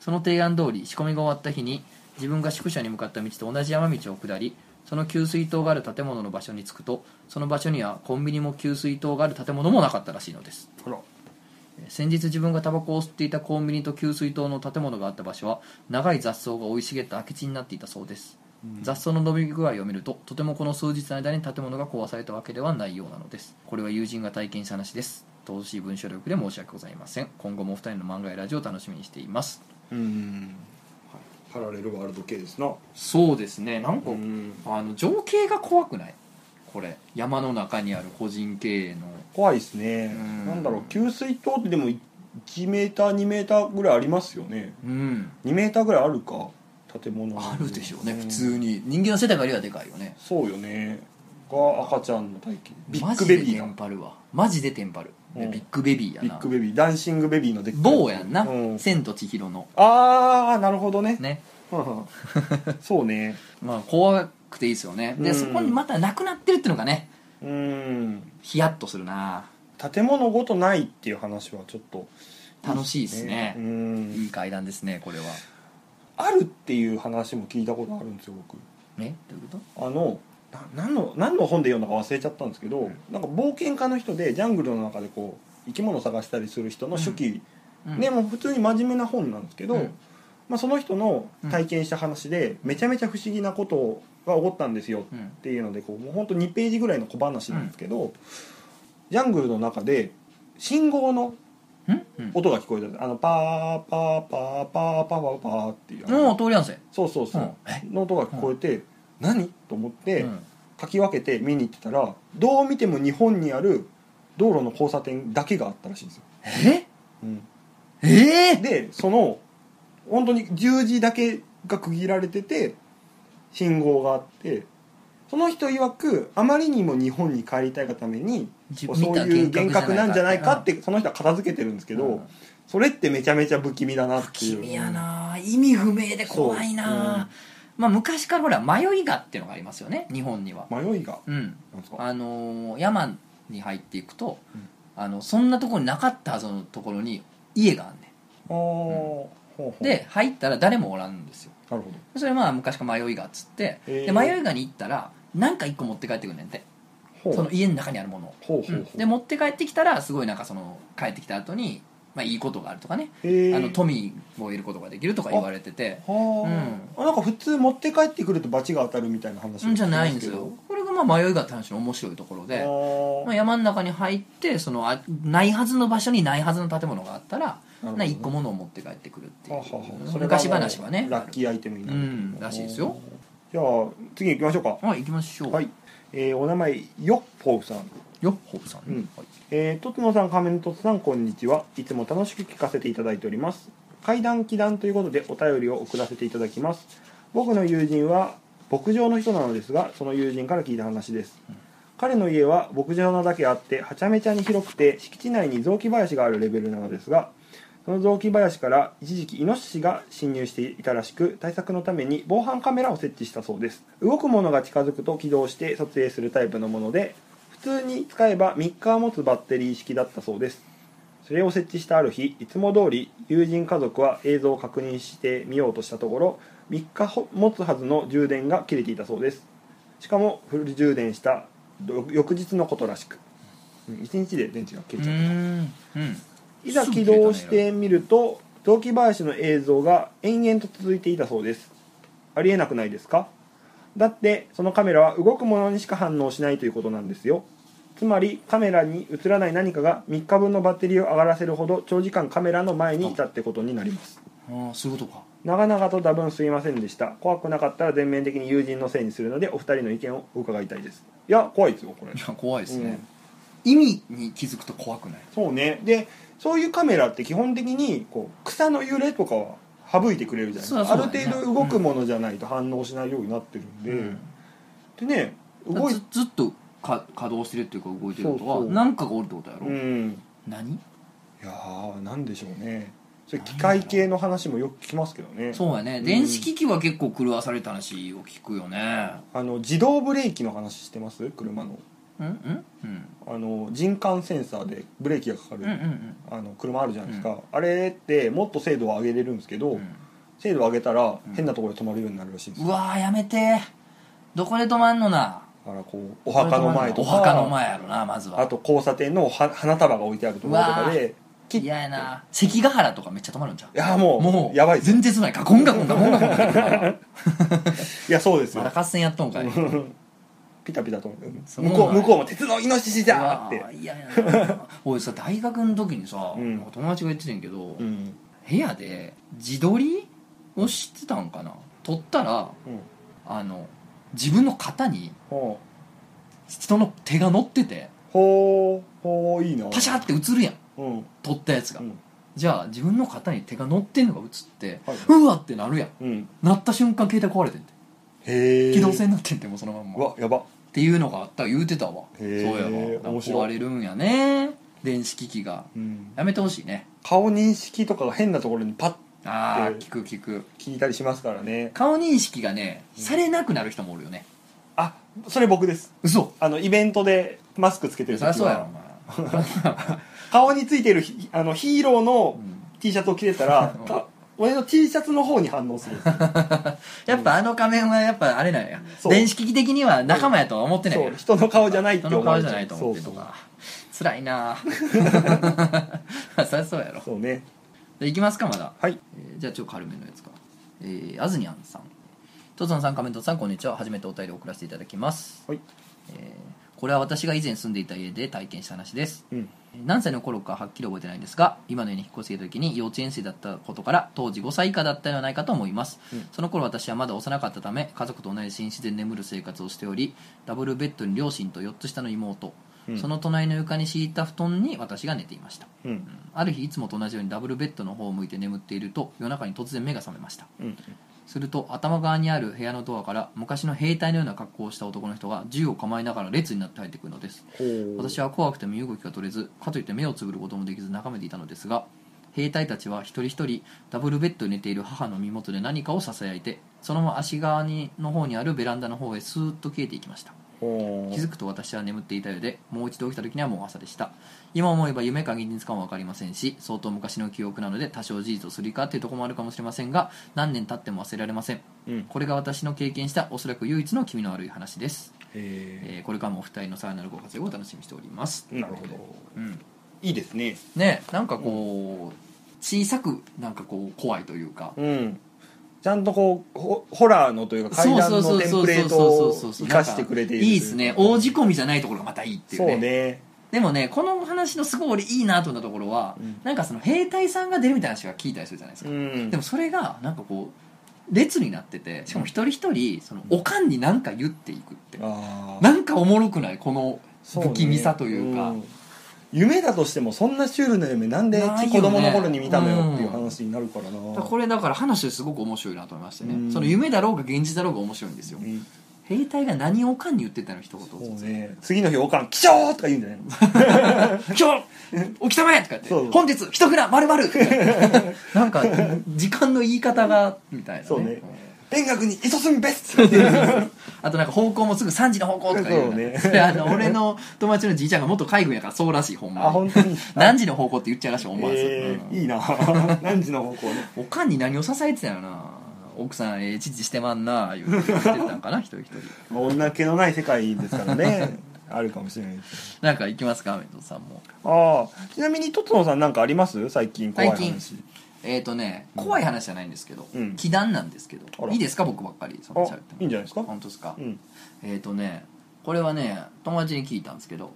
その提案通り仕込みが終わった日に自分が宿舎に向かった道と同じ山道を下りその給水塔がある建物の場所に着くとその場所にはコンビニも給水塔がある建物もなかったらしいのです
ほら
先日自分がタバコを吸っていたコンビニと給水塔の建物があった場所は長い雑草が生い茂った空き地になっていたそうです、雑草の伸び具合を見るととてもこの数日の間に建物が壊されたわけではないようなのですこれは友人が体験した話です乏しい文章力で申し訳ございません今後もお二人の漫画やラジオを楽しみにしています
うんパラレルワールド系ですな
そうですねなんか
うん
あの情景が怖くないこれ山の中にある個人経営の
怖いですね
うん
なんだろう給水塔ってでも1メーター2メーターぐらいありますよね
うん
2メーターぐらいあるか建物
あるでしょうね
ん
普通に人間の世代からよりはでかいよね
そうよねが赤ちゃんの体型ビッグベビー
マジでテン
な
パるわマジでテンパるで
うん
ビッグベビーや
ビッ
な
グベビーダンシングベビーのでっかい
某やんな、
うん
千と千尋の
ああなるほどね
ね
うん
*laughs*
うんそうね
まあ怖くていいですよねで、
うん
そこにまたなくなってるっていうのがね
うん
ヒヤッとするな
建物ごとないっていう話はちょっと
楽しいですね
うん
いい階段ですねこれは
あるっていう話も聞いたことあるんですよ僕
ねどういうこと
あのな何の何の本で読んだか忘れちゃったんですけど、なんか冒険家の人でジャングルの中でこう生き物を探したりする人の初期、
うん
ねもう普通に真面目な本なんですけど、
うん
まあ、その人の体験した話でめちゃめちゃ不思議なことが起こったんですよ
うん
っていうのでこうもうほんと2ページぐらいの小話なんですけど、ジャングルの中で信号の
うんうん
音が聞こえたんですあのパーパーパーパーパーパーパーっていうあの
もう通りやんせ
そうそうそう、の音が聞こえて、何と思って、
うん
書き分けて見に行ってたらどう見ても日本にある道路の交差点だけがあったらしいんですよ、
え
うん
えー、
でその本当に十字だけが区切られてて信号があってその人曰くあまりにも日本に帰りたいがために
じ
そう
見た
いう幻覚なんじゃないかっ
幻覚じ
てその人は片付けてるんですけど、
うん
それってめちゃめちゃ不気味だなっていう
君やな意味不明で怖いな、まあ昔からほら迷いがっていうのがありますよね日本には
迷いが
うん
なんですか
あのー山に入っていくと、
うん
あのそんなところになかったはずのところに家があんね
あーほうほうん
で入ったら誰もおらんんですよ
なるほど
それまあ昔から迷いがっつって
へ
で
ー
迷いがに行ったら何か一個持って帰ってくんねんて
ほう
その家の中にあるものを、
ほうほうほう、
うんで持って帰ってきたらすごいなんかその帰ってきた後にまあいいことがあるとかね
へー
あの富を得ることができるとか言われてて
はあ、なんか普通持って帰ってくると罰が当たるみたいな話を聞きますけど
うんじゃないんですよこれがまあ迷いがって話の面白いところ
あ
で、
ー
まあ、山の中に入ってそのあないはずの場所にないはずの建物があったら
なるほど
な一個物を持って帰ってくるっていう
はあはあそれが
昔話はね
ラッキーアイテムになる、
うんらしいですよ
じゃあ次行きましょうか
はい行きましょう
はい、えーお名前よっぽうさん
よっホブさ
う
ん、
ん
はい
えー、とつのさん亀のとつさんこんにちはいつも楽しく聞かせていただいております怪談祈談ということでお便りを送らせていただきます僕の友人は牧場の人なのですがその友人から聞いた話です彼の家は牧場なだけあってはちゃめちゃに広くて敷地内に雑木林があるレベルなのですがその雑木林から一時期イノシシが侵入していたらしく対策のために防犯カメラを設置したそうです動くものが近づくと起動して撮影するタイプのもので普通に使えば3日は持つバッテリー式だったそうですそれを設置したある日いつも通り友人家族は映像を確認してみようとしたところ3日ほ持つはずの充電が切れていたそうですしかもフル充電したど翌日のことらしく1日で電池が切
う
れちゃった
ーんうん
いざ起動してみると雑木林の映像が延々と続いていたそうですありえなくないですかだってそのカメラは動くものにしか反応しないということなんですよつまりカメラに映らない何かが3日分のバッテリーを上がらせるほど長時間カメラの前にいたってことになります
ああそういうことか
長々と多分すいませんでした怖くなかったら全面的に友人のせいにするのでお二人の意見を伺いたいですいや怖いですよこれ
いや怖いですね、意味に気づくと怖くない
そうねでそういうカメラって基本的にこう草の揺れとかは省いてくれるじゃないですか、
そう
あ
そうだ
る
よね
程度動くものじゃないと反応しないようになってるんで、
うん
でね動い
ずずっとか稼働してるっていうか動いてること
そう
は
そう
何かがおるってことやろ、
うん
何
いやーなんでしょうねそれ機械系の話もよく聞きますけどね
そうや
う
ね
ん
電子機器は結構狂わされた話を聞くよね
あの自動ブレーキの話してます車の
うんうんうん
あの人感センサーでブレーキがかかる、
うんうんうん
あの車あるじゃないですか、あれってもっと精度を上げれるんですけど、
う
精度を上げたら
うん
変なところで止まるようになるらしいんですよ、
んうわーやめてどこで止まんのな
だからこうお墓の前とか
お墓の前やろなまず
あ
は
と交差点のは花束が置いてあるところとか
うわ
で切っい
嫌やな関ヶ原とかめっちゃ止まるんじゃん
やもう
もう
やばいですよ
全然つないガコンガコンガコンガコンガコンガ
*laughs*
コン
いやそうです
ま
よ
だ合戦やっとんかい
ピタピタと思って
そう
向こう向こうも鉄のイノシシだーって
うわー嫌やな俺さ大学の時にさ、
うん
なんか友達が言ってたんやけど、
うん
部屋で自撮りをしてたんかな撮ったら
うん
あの自分の肩に
ほ
人の手が乗ってて
うほうほういいな
パシャって映るやん
うん
撮ったやつが、
うん
じゃあ自分の肩に手が乗ってんのが映って、
はいう
わってなるやん
うん
なった瞬間携帯壊れてんて
へえ
機動性になってんてもうそのまん
う
まっ
わやば
ていうのがあった言うてたわそう
へー
いえば
面白い
壊れるんやね電子機器が
うん
やめてほしいね
顔認識とかが変なところにパッ
ああ
で
聞く聞く
聞いたりしますからね
顔認識がねされなくなる人もおるよね
あそれ僕です
嘘
あのイベントでマスクつけてる
そりゃ
時
そうやろ
は
お
顔についてるひあのヒーローの
前
T シャツを着てたら
*laughs* うん
か俺の T シャツの方に反応する
やっぱあの仮面はやっぱあれなんや
そう
電子機器的には仲間やとは思ってない
そ
や
う人の顔じゃないって
人
思
の
われ
顔じ
ち
ゃ
ゃ
な
う
いと思ってとか辛いな *laughs* そりゃそうや
そう
ろ
そうそうね
じゃあいきますかまだ
はい
えーじゃあちょっと軽めのやつかえーあずにゃんさんとつのさんかめんとつさんこんにちは初めてお便りを送らせていただきます、
はい
えーこれは私が以前住んでいた家で体験した話です
うん
何歳の頃かはっきり覚えてないんですが今の家に引っ越していた時に幼稚園生だったことから当時5歳以下だったのではないかと思います、
うん
その頃私はまだ幼かったため家族と同じ寝室で眠る生活をしておりダブルベッドに両親と4つ下の妹、
うん
その隣の床に敷いた布団に私が寝ていました
うん
ある日いつもと同じようにダブルベッドの方を向いて眠っていると夜中に突然目が覚めました
うん
すると頭側にある部屋のドアから昔の兵隊のような格好をした男の人が銃を構えながら列になって入ってくるのです私は怖くて身動きが取れずかといって目をつぶることもできず眺めていたのですが兵隊たちは一人一人ダブルベッドに寝ている母の身元で何かをささやいてそのまま足側にの方にあるベランダの方へスーッと消えていきました
ほ
気づくと私は眠っていたようでもう一度起きた時にはもう朝でした今思えば夢か現実かも分かりませんし相当昔の記憶なので多少事実をすり替わっているところもあるかもしれませんが何年経っても忘れられません
う、うん、
これが私の経験したおそらく唯一の気味の悪い話です、
え
えーこれからもお二人のさらなるご活躍を楽しみにしております
ーなるほど
うん
いいですね
ねなんかこう小さくなんかこう怖いというか
うんちゃんとこうホホラーのというか階段のテンプレートを生かしてくれている
いいですね大仕込みじゃないところがまたいいっていう
そうね
でもねこの話のすごい俺いいなと思ったところは、
うん
なんかその兵隊さんが出るみたいな話が聞いたりするじゃないです
う
か、
ん
でもそれがなんかこう列になっててしかも一人一人そのおかんに何か言っていくって、
あー
なんかおもろくないこの
そうね
不気味さというか
ん夢だとしてもそんなシュールな夢なんで
ないよね
子供の頃に見たのよっていう話になるからな、
だからこれだから話ですごく面白いなと思いましてね、
うん
その夢だろうが現実だろうが面白いんですよ、
うん
兵隊が何をおかんに言ってたの一言
そうね次の日おかん「来ちゃおう!」とか言うんじゃないの
今日起きたまえとかって
そう
本日一蔵まるまる
*laughs*
なんか時間の言い方がみたいなね
そうね
ん
勉学に勤すみべすって言う
あとなんか方向もすぐ3時の方向とか言う
そうね
そ *laughs* れあの俺の友達のじいちゃんが元海軍やからそうらしいほんま
あ
に
本当に
何時の方向って言っちゃうらしい思わず、
え
うん
ーいいな *laughs* 何時の方向ね
おかんに何を支えてたよな奥さんええ父してまんな言うて言ってたん
*laughs*
かな一人一人
女気のない世界ですからねあるかもしれないです
なんか行きますかアメトさんも
ああちなみにとつのさんなんかあります最近怖い話
最近えっ、とね怖い話じゃないんですけど、
うん
気団なんですけど
あら
いいですか僕ばっかりそ
あ
の喋っても
いいんじゃないですか
本当ですか、
うん
えっ、とねこれはね友達に聞いたんですけど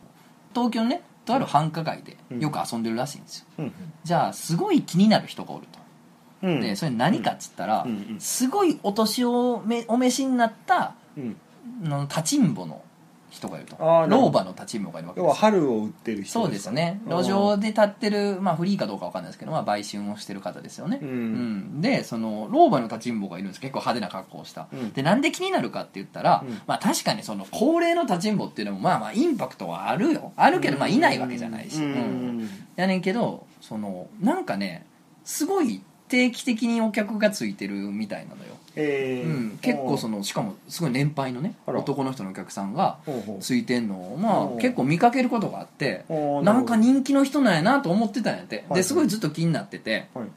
東京のねとある繁華街で
うん
よく遊んでるらしいんですよ、
うん
じゃあすごい気になる人がおると、
うん
でそれ何かっつったら、
うんうん
すごいお年をめお召しになった
うん
の立ちんぼの人がいると
あーなるほど
老婆の立ちんぼがいるわけ
要
で
は
すよ
春を売ってる人
そうですね
か
路上で立ってる、まあ、フリーかどうかわかんないですけど、まあ、売春をしてる方ですよね、
うん
うんでその老婆の立ちんぼがいるんです結構派手な格好をした、
うん
でなんで気になるかって言ったら、
うん
まあ確かにその高齢の立ちんぼっていうのもまあまあインパクトはあるよあるけどまあいないわけじゃないし、
うん
やねんけどそのなんかねすごい定期的にお客がついてるみたいなのよ、
え
う
ー
ん、結構そのしかもすごい年配のね
あら
男の人のお客さんが
ほうほう
ついてんのをま
お
あ
う
結構見かけることがあって
おー
なんか
なる
人気の人なんやなと思ってたんやって
はい
ですごいずっと気になってて
ほどは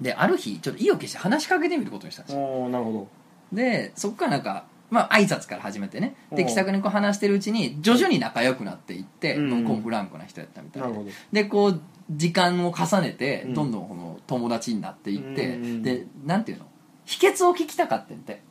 い
である日ちょっと意を決して話しかけてみることにしたんですよ
おーなるほ
でそっからなんかまあ挨拶から始めてねで
おう
気さくにこう話してるうちに徐々に仲良くなっていって
うん
向こうフランクな人やったみた
どな
いで
るほど
でこう時間を重ねて
うん
どんどんこの友達になっていって、
うん
でなんていうの秘訣を聞きたかってんて、
うん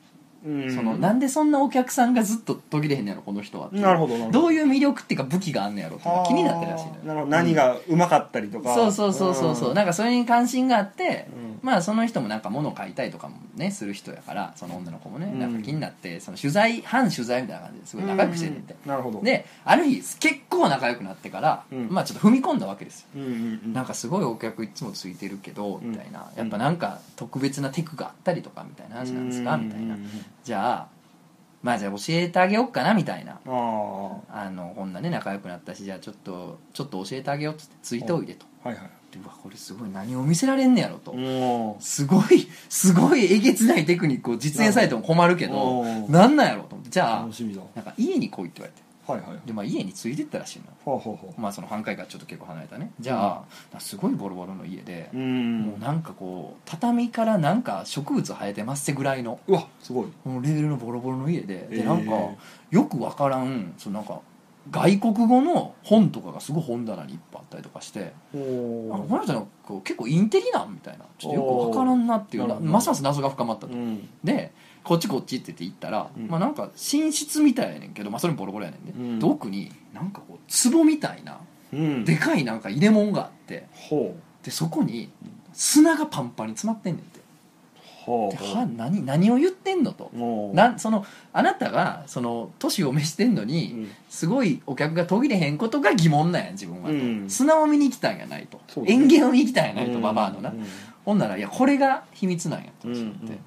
そのなんでそんなお客さんがずっと途切れへんのやろこの人はっていう
なるほどなるほど
どういう魅力っていうか武器があんのやろっていうのが気になってるらしいのよ
あーなるほど何がうまかったりとか
そうそうそうそうそうなんかそれに関心があって、
うん
まあその人もなんか物を買いたいとかもねする人やからその女の子もね、
うん
なんか気になってその取材反取材みたいな感じですごい仲良くしてるんで、
うんなるほど
である日結構仲良くなってから、
うん
まあちょっと踏み込んだわけですよ
うんうんうん
なんかすごいお客いつもついてるけどみたいな、
うん
やっぱなんか特別なテクがあったりとかみたいな話なんですかみたいな
うんうんうん
じゃあまあじゃあ教えてあげようかなみたいな
あ
あのこんなね仲良くなったしじゃあちょっとちょっと教えてあげようっつってついておいでと
あはいはい
でうわこれすごい何を見せられんねやろと、
おー
すごいすごいえげつないテクニックを実演されても困るけど
おー
なんなんやろと思ってじゃあ
楽しみだは
なんか家に来いって言われて
いはい
で、まあ、家についてったらしいの
ほうほうほ
まあその半壊からちょっと結構離れたねじゃあ、すごいボロボロの家で
うう、ん
もうなんかこう畳からなんか植物生えてますってぐらいの
うわすごい
もうレベルのボロボロの家で、
え
で
ー
なんかよくわからんそのなんか外国語の本とかがすごい本棚にいっぱいあったりとかして
お
あ
お
この人のこう結構インテリなんみたいなちょっとよくわからんなっていう
おー
な
なるほど
ますます謎が深まったと、
うん
でこっちこっちって言って行ったら、
うん
まあなんか寝室みたいやねんけど、まあ、それもボロボロやねんで,、
うん
で奥になんかこう壺みたいな
うん
でかいなんか入れ物があって
ほう
でそこに砂がパンパンに詰まってんねんて
ほ
で
う
は何何を言ってんのと
もう
なんそのあなたがその年を召してんのに、
うん
すごいお客が途切れへんことが疑問なんや自分はと、
うん
砂を見に来たんやないと、
そうだね
園芸を見に来たんやないと、
うん
ババアのな、
うん
ほんなら「いやこれが秘密なんや」って
うん
言
う
っ
ん
て、
うん
で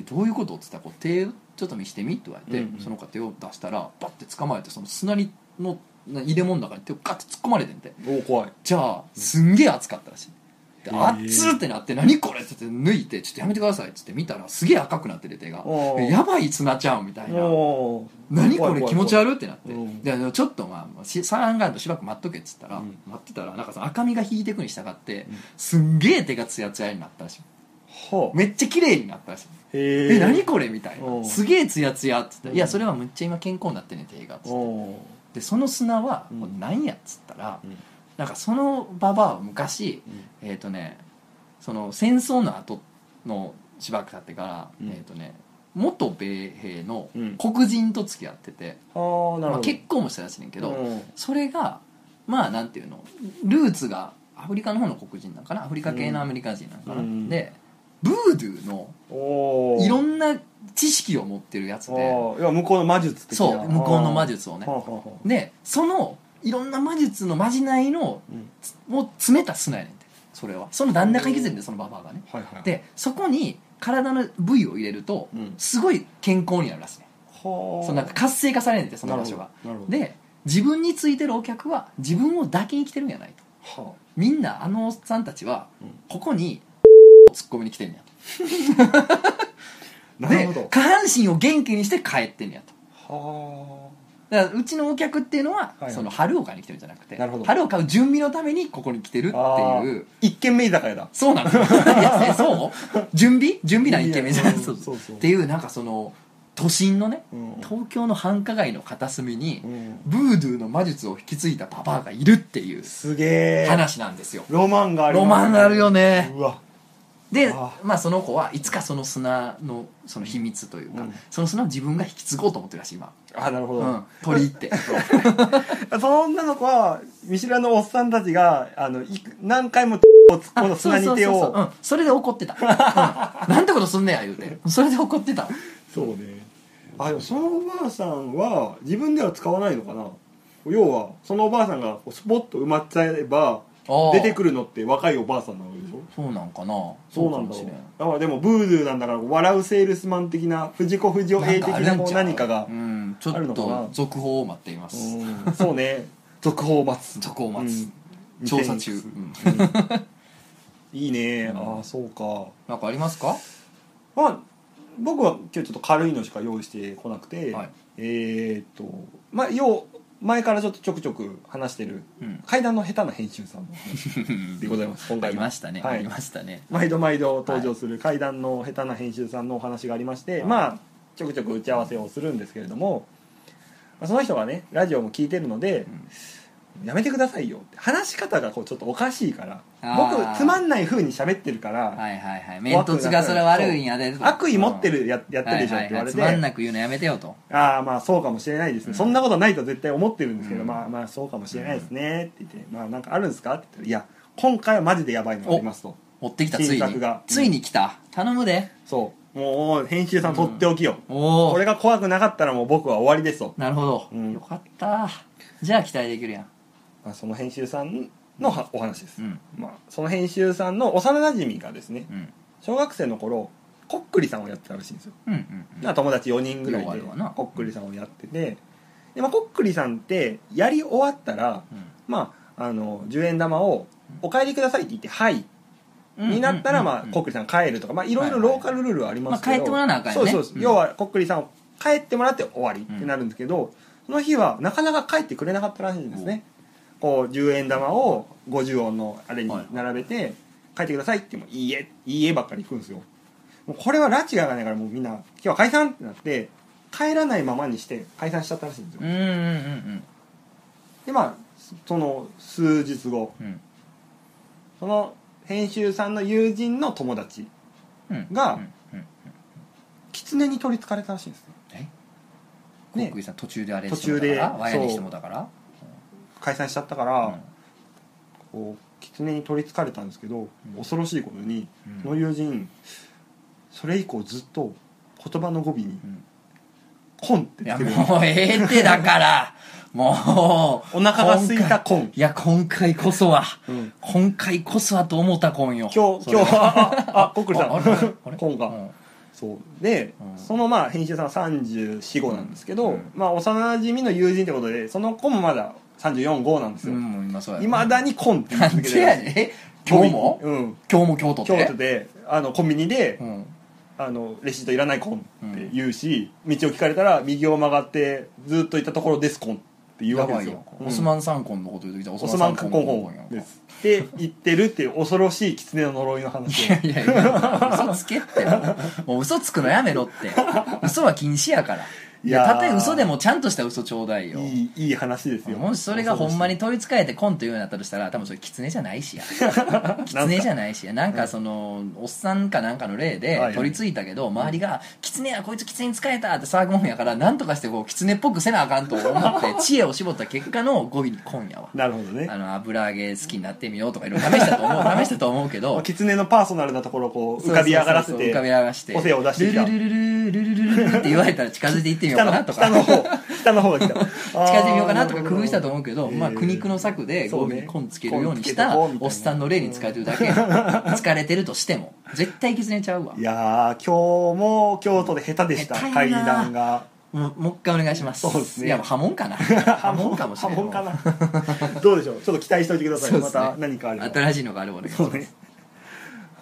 でどういうこと?」っつったらこう「手ちょっと見してみ」って言われて、
うんうん
その子が手を出したらバッて捕まえてその砂にのな入れ物の中に手をガッて突っ込まれてんて
おお怖い
じゃあすんげえ熱かったらしいで「
へえ
熱っ!」ってなって「何これ!」って言って抜いて「ちょっとやめてください」っつって見たらすげえ赤くなってる手が
お
「
ー
やばい砂ちゃん」みたいな
おー
何これ気持ち
悪
悪いってなって
うん
でちょっとまあしサンガードしばらく待っとけっつったら、
うん
待ってたらなんかその赤みが引いてくに従って、
うん
すんげえ手がツヤツヤになったらしい
はあ
めっちゃ綺麗になったらしい
へ
え何これみたい
お
な
う
すげえツヤツヤっつって「
うん
いやそれはむっちゃ今健康になってね手が」っつって
おー
でその砂は
うん
もう何やっつったら、
うん
なんかそのババアは昔えっ、とねその戦争の後のしばらく経ってから、
うん
えっ、とね元米兵の
うん
黒人と付き合ってて、
はあなる
まあ、
ほど
結婚もしたらしいねんけど、
うん
それがまあなんていうのルーツがアフリカの方の黒人なんかなアフリカ系のアメリカ人なんかな、
うん
でブードゥーの
お
いろ
なん
な知識を持ってるやつで
要は向こうの魔術的な
そう向こうの魔術をね
はあはあはあ
でそのいろんな魔術のまじないの
うん
つを詰めた砂やねんてそれはその旦那が引きずるんでそのババアがね
はいはい
でそこに体の部位を入れると
うん
すごい健康になるらしいね
はあ
そのなんか活性化されんねんてその場所が
なるほどなる
で自分についてるお客は自分をだけに来てるんやないと
ほどは
みんなあのおっさんたちは
うん
ここにツッコミに来てんね
あ
や
なるほ
で
ど
下半身を元気にして帰ってんねやと
は
だからうちのお客っていうのは、
いはい
その春を買いに来てるんじゃなくて
なるほど
春を買う準備のためにここに来てるって
あ
いう
あ一軒目居酒屋だ
そうなんですよ *laughs* いやそう準備準備なんイケメンじゃない
いや
そう
そうそう
っていうなんかその都心のね
うん
東京の繁華街の片隅に、
うん
ブードゥーの魔術を引き継いだパパがいるっていう
すげえ
話なんですよ、
ロマンがある
ロマンがあるよね
うわ
で
あー
まあその子はいつかその砂のその秘密というか、
うん
その砂を自分が引き継ごうと思ってるらしい今、
あなるほ
う
ど、
ん、取り
*laughs*
入って
その女の子は見知らぬおっさんたちがあのいく何回もを突っ込んだ砂に手
そうそうそうそう、う
を
ん、それで怒ってた、うんなんてことすんねや言うてそれで怒ってた
そうねあでもそのおばあさんは自分では使わないのかな要はそのおばあさんがスポッと埋まっちゃえば出てく
る
るのって若いおばあさんなわけでしょ
そうなんかな
そうなん
かも
だ
し
ろう
れん
だからでもブードゥーなんだから笑うセールスマン的な藤子不二雄
な
A
ん
的
かある
なんこ
ち
う
ゃう
何かが
うんちょ
ある
っ
のか
と
な
続報を待っています
うんそうね続報を待つ
続報を待
う
つ、
ん
調査中、
2000
うん
*laughs* いいね、
うん
ああそうか
なんかありますか
まあ僕は今日ちょっと軽いのしか用意してこなくて、
はい
えーっとまあ要前からちょっとちょくちょく話してる
うん
階段の下手な編集さん
*laughs*
の話 *laughs* でございます今
あ
回
り
も
ましたね、
はい
ありましたね
毎度毎度登場する階段の下手な編集さんのお話がありまして、
はい
まあちょくちょく打ち合わせをするんですけれども、まあその人がねラジオも聞いてるので、やめてくださいよって話し方がこうちょっとおかしいから
あー
僕つまんない風に喋ってるから、
はいはいはい面突がそれ悪いんやで
悪意持ってるややってるでしょ
は
っ
い
て言わ
はいはい
れ
つ
て、
まんなく言うのやめてよと
ああまあそうかもしれないですね、
うん
そんなことないと絶対思ってるんですけど、
うん
まあまあそうかもしれないですねって言って「まあなんかあるんですか?」って言ったら「いや今回はマジでやばいのがあります」と
持ってきたつい
新作
に
が
ついに来た頼むで
そうもう編集さんとっておきよ、
お
こ
お
れが怖くなかったらもう僕は終わりですと、
なるほど、
うん
よかったじゃあ期待できるやん
まあ、その編集さんのはお話です、
うん
まあ、その編集さんの幼なじみがですね
うん
小学生の頃こっくりさんをやってたらしいんですよ
うんうんうん
な友達4人ぐらい
ようあ
で
るわな
こっくりさんをやっててで、まあ、こっくりさんってやり終わったら、まあ、あの10円玉を「お帰りください」って言って「はい」
うん
になったら、ま
う
あ、
ん
こっくりさん帰るとか、まあ、いろいろ
はいはい
ローカルルールはありますけど、
まあ帰ってもらわなあかんよね
そうそうそう
うん
要はこっくりさんを帰ってもらって終わりってなるんですけど、その日はなかなか帰ってくれなかったらしいんですね、こう10円玉を50音のあれに並べて、帰ってくださいって言っても「いいえ」「いいえ」ばっかり行くんですよもうこれは拉致がないからもうみんな今日は解散ってなって帰らないままにして解散しちゃったらしいんですよ、
うんうんうん
でまあその数日後
うんうん
その編集さんの友人の友達
うん
が
うんうん
狐に取りつかれたらしいんですね
え
ね
コックリさん途中であれしてもたか
途中
ら
で
ワヤにしてもたから
解散しちゃったか
う
ら
ん、
こう狐に取りつかれたんですけど、
ん
恐ろしいことに、
うん
その友人それ以降ずっと言葉の語尾に
ん
「コン」って
い
つ
や
ける、
もうええってだからもう
お腹が空いたコン
いや今回こそは、
うん
今回こそはと思ったコンよ
今日
それ
今日はああコックリさん
ああれあれ
コンが、
うん
そうで、
うん
そのまあ編集さんは345なんですけど、
うん
まあ幼馴染みの友人ってことでその子もまだ345なんです
う
よ
んもう今そうや
いま、
ね
だにコンって言い
なん
続け
で
て
や
る
ねんえ今日も
うん
今日も京都って
京都であのコンビニで、
うん
あのレシートいらないコンって言うし、道を聞かれたら右を曲がってずっと行ったところですコンって言うわ
や
けで
ばい
す
よ
よ、
オス
ン
マン三婚のこと言うときじゃ
オスマン
コ
コ
ン
ン
コン
コ
やん
ン
か
ですで言ってるっていう恐ろしい狐の呪いの話
い
を
やいやいや嘘つけってもうもう嘘つくのやめろって嘘は禁止やからい
い
や
やー
たとえ嘘でもちゃんとした嘘ちょうだいよ
いいいい話ですよ
もしそれがほんまに取りつかえてコンというようになったとしたら多分それ狐じゃな
*laughs*
いしや狐じゃないしやなんかそのおっさんかなんかの例
はい
で
はい
取り付いたけど周りが「狐やこいつ狐に使えた」って騒ぐもんやからなんとかしてこう狐っぽくせなあかんと思って
*laughs*
知恵を絞った結果の5位今夜は
なるほどね
あの油揚げ好きになってみようとかいろいろ試したと
*laughs*
思う試したと思うけど
狐のパーソナルなところをこう浮かび上がらせ
そうそうそう
て
浮かび上がらせて
個性を出してきた
ルルルルルルルルルルルって言われたら近づいていってみよう
下
かな
の
とか
下の方下の方が来た近
近づいてみようかなとか工夫したと思うけど、
えー
まあ、苦肉の策で
そ
ゴ
うね
ミコンつけるよう
コン
にし
つけ
た
とこうみたいな
おっさんの例に使えて
*laughs*
るだけ疲れてるとしても絶対きずれちゃうわ
いやー今日も京都で下手でした
下手
階
やな
段が
もうもう一回お願いします
そうですね
いやもう波紋
*laughs*
かな波紋かもしれない
波紋かなどうでしょうちょっと期待しておいてください、
そうで
ます
ね
た何かあれば
新しいのがあればお願いし
そ
ま
う
す
ね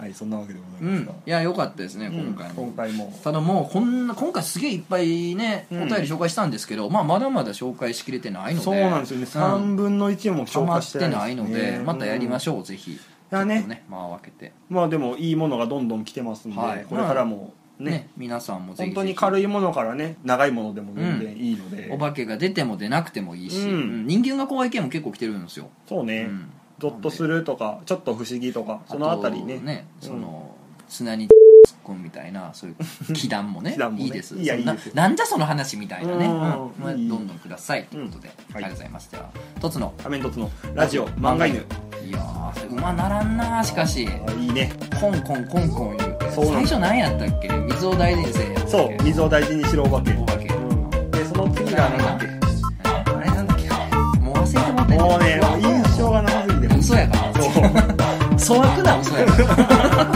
はいそんなわけでございうます
ん
が、
いや良かったですね今回
うん
も、
今回も
ただもうこんな今回すげえいっぱいねお
うん
便り紹介したんですけど、まあ、まだまだ紹介しきれてないので
そうなんですよね、
う
3
ん
分の1も
溜
消
ま
化
っ
して
てない
で
の
すね
でまたやりま
うん
しょう、ぜひ
やね
ちょっとね間を空けて
まあでもいいものがどんどん来てますんで、
はい
これからも
ね
ね
皆さんもぜ
本
ひぜ
当
ひ
に軽いものからね長いものでも全然いいので、
お化けが出ても出なくてもいいし、
うん
うん人間が怖い系も結構来てるんですよ、
そう
う
ね、
ん
ゾッとするとかちょっと不思議とかそのあたりね
とね
うん
その、砂に突っ込むみたいなそ
*laughs*
ういう気談もね
気談もね
いいです
いや
そんない
いですよ
なんじゃその話みたいなね、
う
うんんまあ
いい
どんどんくださいということで、ありがとうございますでは一つの
仮面凸のラジオ漫画犬
いやー馬ならんなーしかし
あいいね
コンコンコンコン言うて
そうなん
最初何やったっけ水を大事にせえやったっけ
そう水を大事にしろお化け
お化け、
でその次がなんだっけ
あ
あれなんだっけ
れもう忘れてもらってんだよ
もうねもう印象が長すぎて
嘘やから
そう
粗悪な嘘やから